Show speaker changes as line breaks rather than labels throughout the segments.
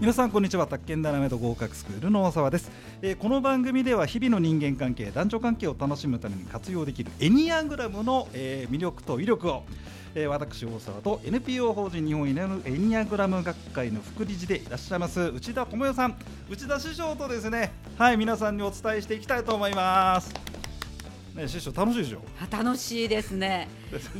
皆さんこんにちは宅建ダイナメイト合格スクールの大沢です、えーこの番組では日々の人間関係男女関係を楽しむために活用できるエニアグラムの、えー魅力と威力を、えー私大沢と NPO 法人日本エニアエニアグラム学会の副理事でいらっしゃいます内田智代さん内田師匠とですねはい皆さんにお伝えしていきたいと思いますね師匠楽しいでしょ
あ楽しいですね。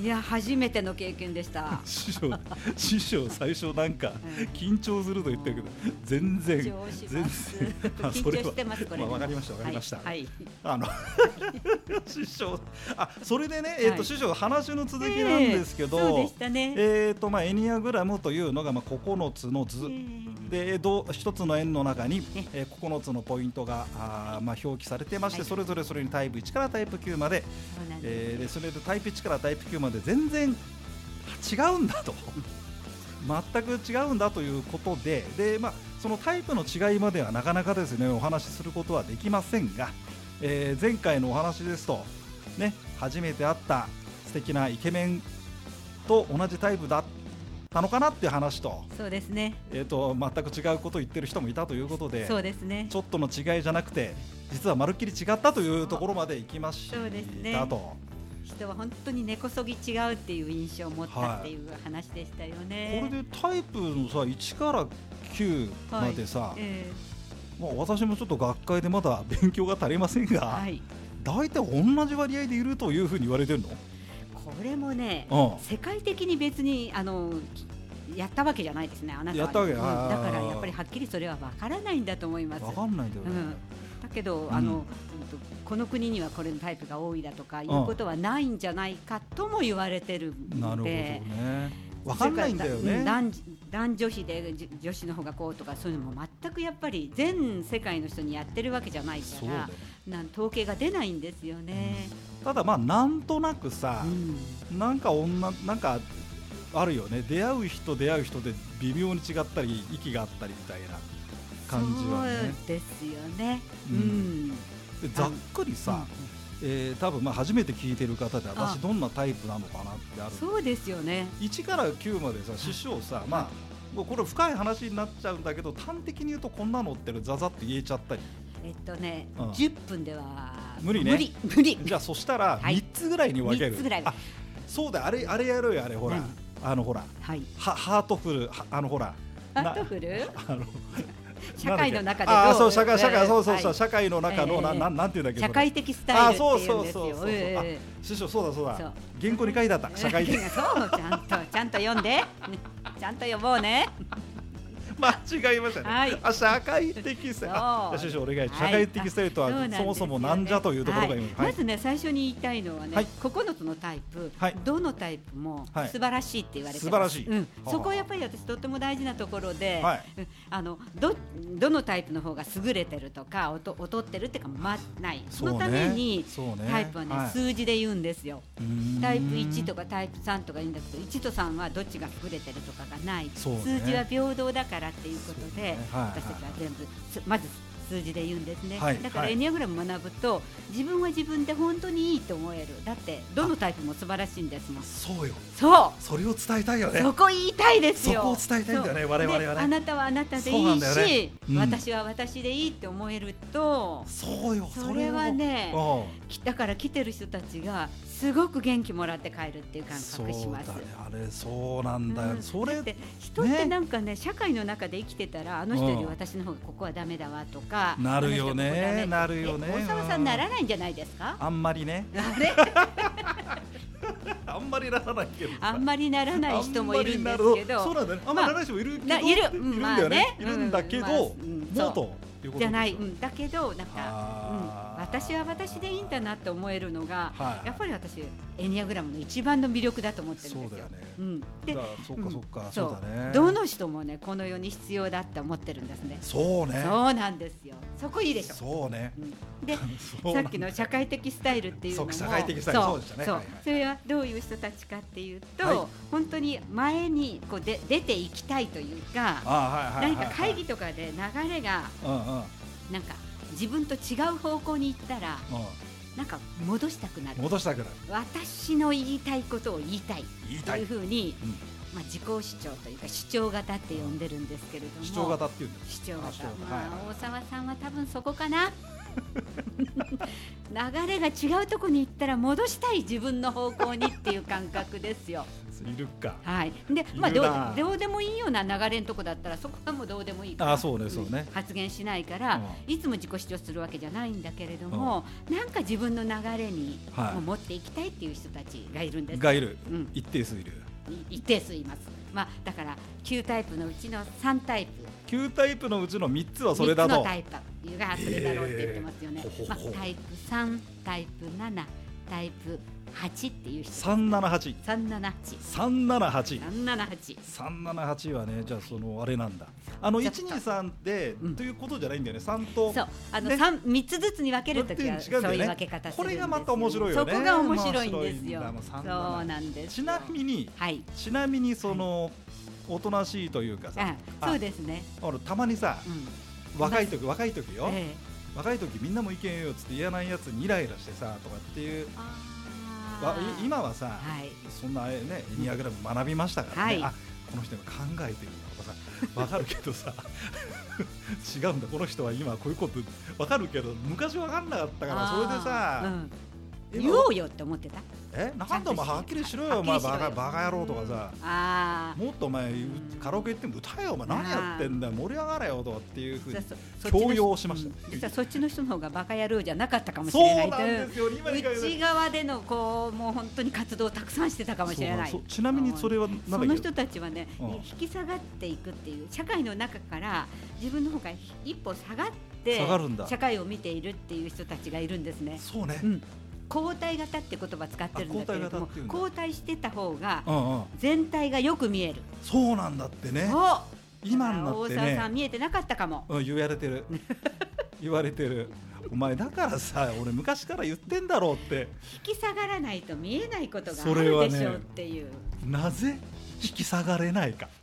いや初めての経験でした。
師匠師匠最初なんか
うん
緊張すると言ってるけど全然
緊張します
全然あそれ
緊張
は
してますこれ。
まあわかりましたわかりました、
はい。はい
あの 師匠あそれでねえっ、と、
はい
師匠話の続きなんですけど、
ええそうでしたね。
えーとまあ、エニアグラムというのが、まあ、9つの図、
え
でどう一つの円の中に
ね、
えー、9つのポイントがあー、まあ、表記されてまして、
はい
それぞれそれにタイプ1からタイプ9まで、
そうなんです。
えーでそれでタイプ1からタイプ9まで全然違うんだ と全く違うんだということでで、まあ、そのタイプの違いまではなかなかですねお話しすることはできませんが、えー前回のお話ですと、ね、初めて会った素敵なイケメンと同じタイプだったのかなっていう話と,、
そうですね。
えー、と全く違うことを言ってる人もいたということで
そうですね
ち。ょっとの違いじゃなくて実はまるっきり違ったというところまで行きまし
そうですね
たと。
人は本当に根こそぎ違うっていう印象を持ったっていう話でしたよね。
これでタイプのさ1から9までさ、
え
まあ、私もちょっと学会でまだ勉強が足りませんが、
えはい。
大体同じ割合でいるというふうに言われてるの
これもね、
うん
世界的に別にあのきやったわけじゃないですね。あなたは
やったわけじゃない
うんだからやっぱりはっきりそれはわからないんだと思います。
分かんないんだよ
う
ね、
ん、だけど、
ん
あのうんとこの国にはこれのタイプが多いだとかいうことはないんじゃないかとも言われてる
なる
の
ほど
で。
ね分かんないんだよ
それから
ね
うん男男女比でじ女子の方がこうとかそういうのも全くやっぱり全世界の人にやってるわけじゃないか
そうだよ
らなん統計が出ないんですよね。
ただまあなんとなくさ
う、ん
なんか女なんかあるよね出会う人出会う人で微妙に違ったり息があったりみたいな感じはね
そうですよね。
う
うんん、
でざっくりさ、えー多分まあ初めて聞いてる方で私
あ
どんなタイプなのかなってある
そうですよね。
1から9までさ師匠さまあもうこれ深い話になっちゃうんだけど端的に言うとこんなのってざざっと言えちゃったり
えっとね、
うん
10分では
無理ね
無理無理。
じゃあそしたら
はい
3つぐらいに分ける、
三つぐらい
あそうだあれあれやろうよあれほら
何
あのほら
はい。
はハートフルはあのほら
ハ
な
ートフル？
あの
社会の
なんだっけ
中でどう
あーそう社会社会そうそうそう、
はい
社会の中の、な
ええ
なんなんていうんだっけ
社
それ
会的スタイルって言うんです
あそうそうそう
よ
そう。
え
師匠そうだそうだ
そう
原稿に書いてあった
え
社会的
そうちゃんとちゃんと 読んで、ちゃんと読もうね。
間違えましたね、
はい
あ社会的スタイルあ
そう
師匠お願いします
は
社
い
会的スタイルとは
うなんです
そ
よね
もそもなんじゃというところが今、
はいまずね最初に言いたいのは
はい
ね、九、つのタイプ、
はい
どのタイプも
はい
素晴らしいって言われてます。
素晴らしい
うん、
あ
そこはやっぱり私とっても大事なところで、
はい
うんあのどどのタイプの方が優れてるとか劣劣ってるってかまない。そのために
そうね
タイプはね、
はい
数字で言うんですよ。
うーん
タイプ1とかタイプ3とかいいんだけど1と3はどっちが優れてるとかがない、
そうね
数字は平等だからっていうこと
そう
で、
ねはい
私たちは全部すまず数字で言うんですね、
はい
だから
はい
エニアグラム学ぶと自分は自分で本当にいいと思えるだってどのタイプも素晴らしいんですもん
そうよ
そ
それを伝えたいよ
う
ね
そこ言いたいですよ
そこを伝えたいんだよね
そう
我々はね
であなたはあなたで
そうないん
い
だよね
し、
うん
私は私でいいって思えると
そうよ
それはね
それを
きだから来てる人たちがすごく元気もらって帰るっていう
うん
感
そう
覚します
だねあれそうなんだよ、
うん
それ
だって人ってなんかね社会の中で生きてたらあの人より私の方がここはダメだわとか
なるよね
あの人ここダメ
なるよね
え大沢さ
うん
んならないんじゃないですか
あんまりね
あれ
あんまりならないけど
あんまりならない人もいるんです
あ
け
んまりならそう
ど
なんだよねあんまりならない人もいるけど、
まあないる
いる
うん
んだよね,、
まあね
いるんだけど、
うんまあうんそう
もっということ
じゃない、
で
う
しょ
ん、だけどなんか、うん
あ、ー
私は私でいいんだなって思えるのが
はい
やっぱり私エニアグラムの一番の魅力だと思ってるんですよ。
そうだよね
うん、で
だからそうか
うん
そうか、
そ
そううだね
どの人もねこの世に必要だって思ってるんですね。
そうね
そうなんですよ。そこいいでしょ。
そうね
うんで
そうな
さっ
んだ
きの社会的スタイルっていうのも
そう社会的スタイルそうでしたね
そう
はいはい
それはどういう人たちかっていうと、
はい
本当に前にこうで出ていきたいというか
あはいはい
何
はい、はい、
か会議とかで流れが
うんうん
なんか自分と違う方向に行ったら
うん
なんか戻したくなる
戻したくなる
私の言いたいことを言いたい
言い
と
たい、
いう
うん
ふうに、まあ、自己主張というか主張型って呼んでるんですけれども
主張型っていうんだ
市長
あ市長
方、
型
ま
はい
あ、大沢さんは多分そこかな 流れが違うとこに行ったら戻したい自分の方向にっていう感覚ですよ。
いるか
はい、で、まあ、
い
ど
る
う
な
どうでもいいような流れのとこだったらそこはもうどうでもいいから
あそうねそうね
ん発言しないから、
う
いつも自己主張するわけじゃないんだけれども、なんか自分の流れに
はい
もう持っていきたいっていう人たちがいるんです。
がいる、
うん
一定数いる
い一定数います。まあ、だから9タイプのうちの3タイプ
9タイプのうちの3つはそれだ
三つの
と
タイプがそれだろうって言ってますよね、
えーほほ
ま
ほ
あ、タイプ3タイプ7タイプ8っていう人
378378
378 378
378はね、じゃあそのあれなんだ。あの
ちょっと
123で、
うん
ということじゃないんだよね。3と
そうあの
ね
三三つずつに分けるときは
ちょっと違うんだよね
そういう分け方するんですよ
これがまた面白いよね
そこが面白いんで
面
すよ、
白いんだもう
そう
三
なんです
ち
よ
なみに
はい
ちなみにその、おとなしいというかさ
あ、そうですね
俺たまにさ、
うん
若い時若い時よ、
ええ
若い時みんなも意見言うよっつって言えないやつにイライラしてさとかっていう。
あー
わい今はさ、
はい
そんなねエニアグラム学びましたからね、
はい
あこの人が考えてるんだとかさわかるけどさ違うんだこの人は今こういうことわかるけど昔わかんなかったからそれでさ、
あーうん、
今
言おうよって思ってた
えなんだお前
ちゃんとして
はっきりしろよお前
はっきりしろ
バ
よ
カバカ野郎とかさ、
ああ
もっとお前
ん
カラオケ行っても歌えよお前何やってんだよ盛り上がれよとかっていうふうに
実はそ
強要しました
そっちの人うん実はそっちの人の方がバカ野郎じゃなかったかもし
そう
れない
なんですよ今
と
に
いう
考えたら
内側でのこうもう本当に活動をたくさんしてたかもしれない
そうそうちなみにそれは
そ
何だ
の
っけ
人たちはね、
うん
引き下がっていくっていう社会の中から自分の方が一歩下がって
下がるんだ
社会を見ているっていう人たちがいるんですね。
そうね
う、ん、交代型って言葉使ってるんだけれども
あ交代型っていうんだ
交代してた方が
うんうん、
全体がよく見える。
そうなんだってね
お
今になっ
大
て
沢
ね
さん見えてなかったかも。
うん、言われて る言われてるお前だからさ俺昔から言ってんだろうって
引き下がらないと見えないことがあ
それは
る
ね
でしょうっていう、
なぜ引き下がれないか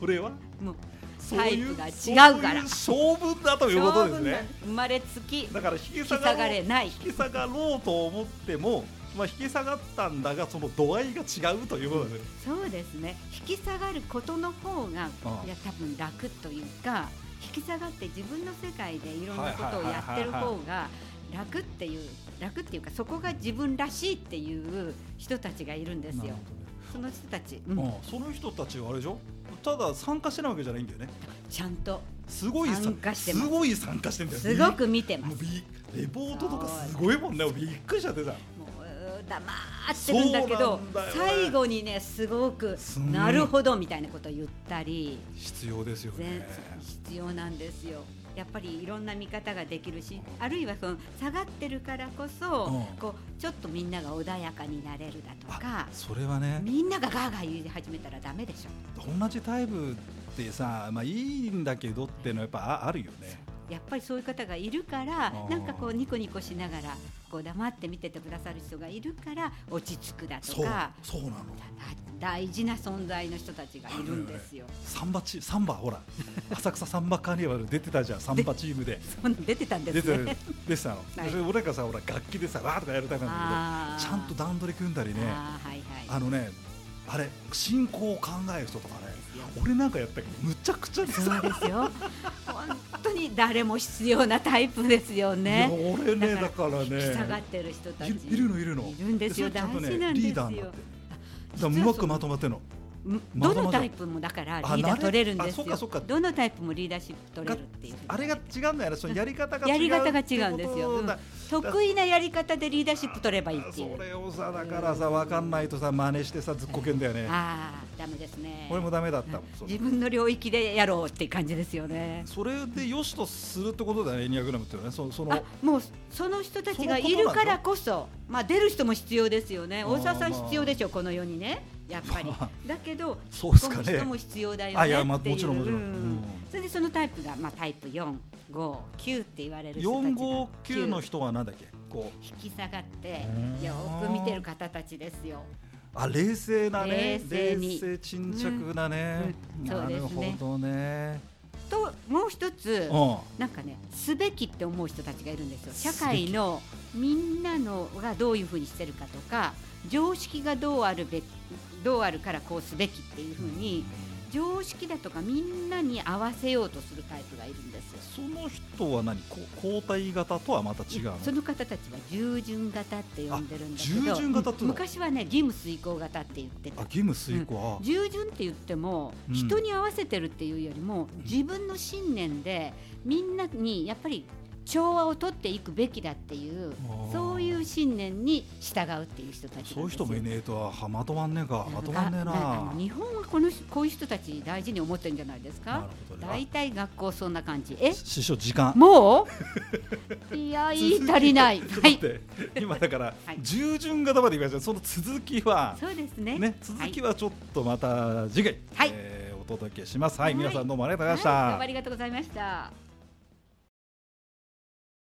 それは
もう
そういう
タイプが違うから
そういう勝負だということですね
生まれつき
だから引き
引き
下が
下が
ろ
れ
う
ない
引き下がろうと思っても、まあ、引き下がったんだがその度合いが違うということですね、
そうですね引き下がることの方が
ああ
いや多分楽というか引き下がって自分の世界でいろんなことをやってる方が楽っていう楽っていうかそこが自分らしいっていう人たちがいるんです
なる
よ
ほ
その人たち、う
ど
ん
ね、うん、その人たちはあれでしょただ参加してないわけじゃないんだよね
ちゃんと
すごいさ
参加してます
すごい参加してんだよ
すごく見てます
もうびレポートとかすごいもんねびっくりしちゃってさ
もう黙ってるんだけ
そう
ど
なんだよね
最後にねすごく
すん
なるほどみたいなことを言ったり
必要ですよ
全
ね
必要なんですよやっぱりいろんな見方ができるしあるいはその下がってるからこそ、
うん
こうちょっとみんなが穏やかになれるだとか
それはね
みんながガーガー言い始めたらダメでしょ
同じタイプってさまあいいんだけどってのはやっぱああるよね
やっぱりそういう方がいるから
うん
なんかこうニコニコしながらこう黙って見ててくださる人がいるから落ち着くだと
そう
か
そうなの
大事な存在の人たちがいるんですよ。
サンバチサンバほ ら浅草サンバカーニバル出てたじゃんサンバチームで
そんな出てたんで
出
す
て
ね。
る出てたの
はい
で俺がさほら楽器でさわーとかやるタイプなんだ
あ
け
ー
どちゃんと段取り組んだりね
あーはいはい。
あのねあれ進行を考える人とかね俺なんかやったけどむちゃくちゃで
そう
さ
ですよ。本当に誰も必要なタイプですよね。
いや俺ねだ
だ
からね
引き下がってる人たち
いるいるのいるの
いるんですよ。
でそ
大
れちゃんとね
事なん
リ
で
ーダー
す
になっ
よ
て。だからうまくまとまってんの
む
まだま
ど
だ
のタイプもだからリーダー取れるんです
あなれあそ
よ
っかそっか。
どのタイプもリーダーシップ取れ
が
るっていう。
あれが違うんだよねそのやり方が違う
やり方が違うんですよ。う
ってこと
ん
だ
得意なやり方でリーダーシップ取ればいいってい。
そうれをさだからさ分かんないとさ真似してさずっこけんだよね
ああ、ダメですね。
俺もダメだったもんそう
自分の領域でやろうっていう感じですよね。
それでよしとするってことだよねエニアグラムっていうのはねそそ
あ
の
もうその人たちがいるからこそ、まあ、出る人も必要ですよね、
あー
大沢さん必要でしょ、この世にね、やっぱり
まあ。
だけど、
そうですか
こ
ね
の人も必要だよ
あ
ね
いやまあ
っていう
もちろんもちろん
う
うん
それでそのタイプが、まあ、タイプ4、5、9って言われる人たちが
459の人はなんだっけこう
引き下がって
うん、
よく見てる方たちですよ。
あ冷静なね
冷静に
冷静沈着なね
うんうん
なるほどね
ともう一つ
うん
なんかねすべきって思う人たちがいるんですよ社会のみんなのがどういうふうにしてるかとか常識がどうあるべどうあるからこうすべきっていうふうに常識だとかみんなに合わせようとするタイプがいるんですよ
その人は何こ交代型とはまた違うの
その方たちは従順型って呼んでるんだけど
あ従順型っていうの
昔はね義務遂行型って言って
あ
た
義務遂行、あ
従順って言っても
うん
人に合わせてるっていうよりも
ん
自分の信念でみんなにやっぱり調和を取っていくべきだっていう
あー
そういう信念に従うっていう人たちなんですよ
そういう人もいねえとははまとまんねえかまとまんねえな
だから日本はこの人こういう人たち大事に思ってるんじゃないです
なる
か
ほど
大
ね
体学校そんな感じえ
あ師匠時間
も ういや言い足りない
ちょっと
は
待っ
い
て、今だから、
はい
従順型まで言いましたその続きは
そうですね
ね続きはちょっとまた次回、
はい
えーお届けしますはい、
はい
皆さんどうもありがとうございました、
はいどうもありがとうございました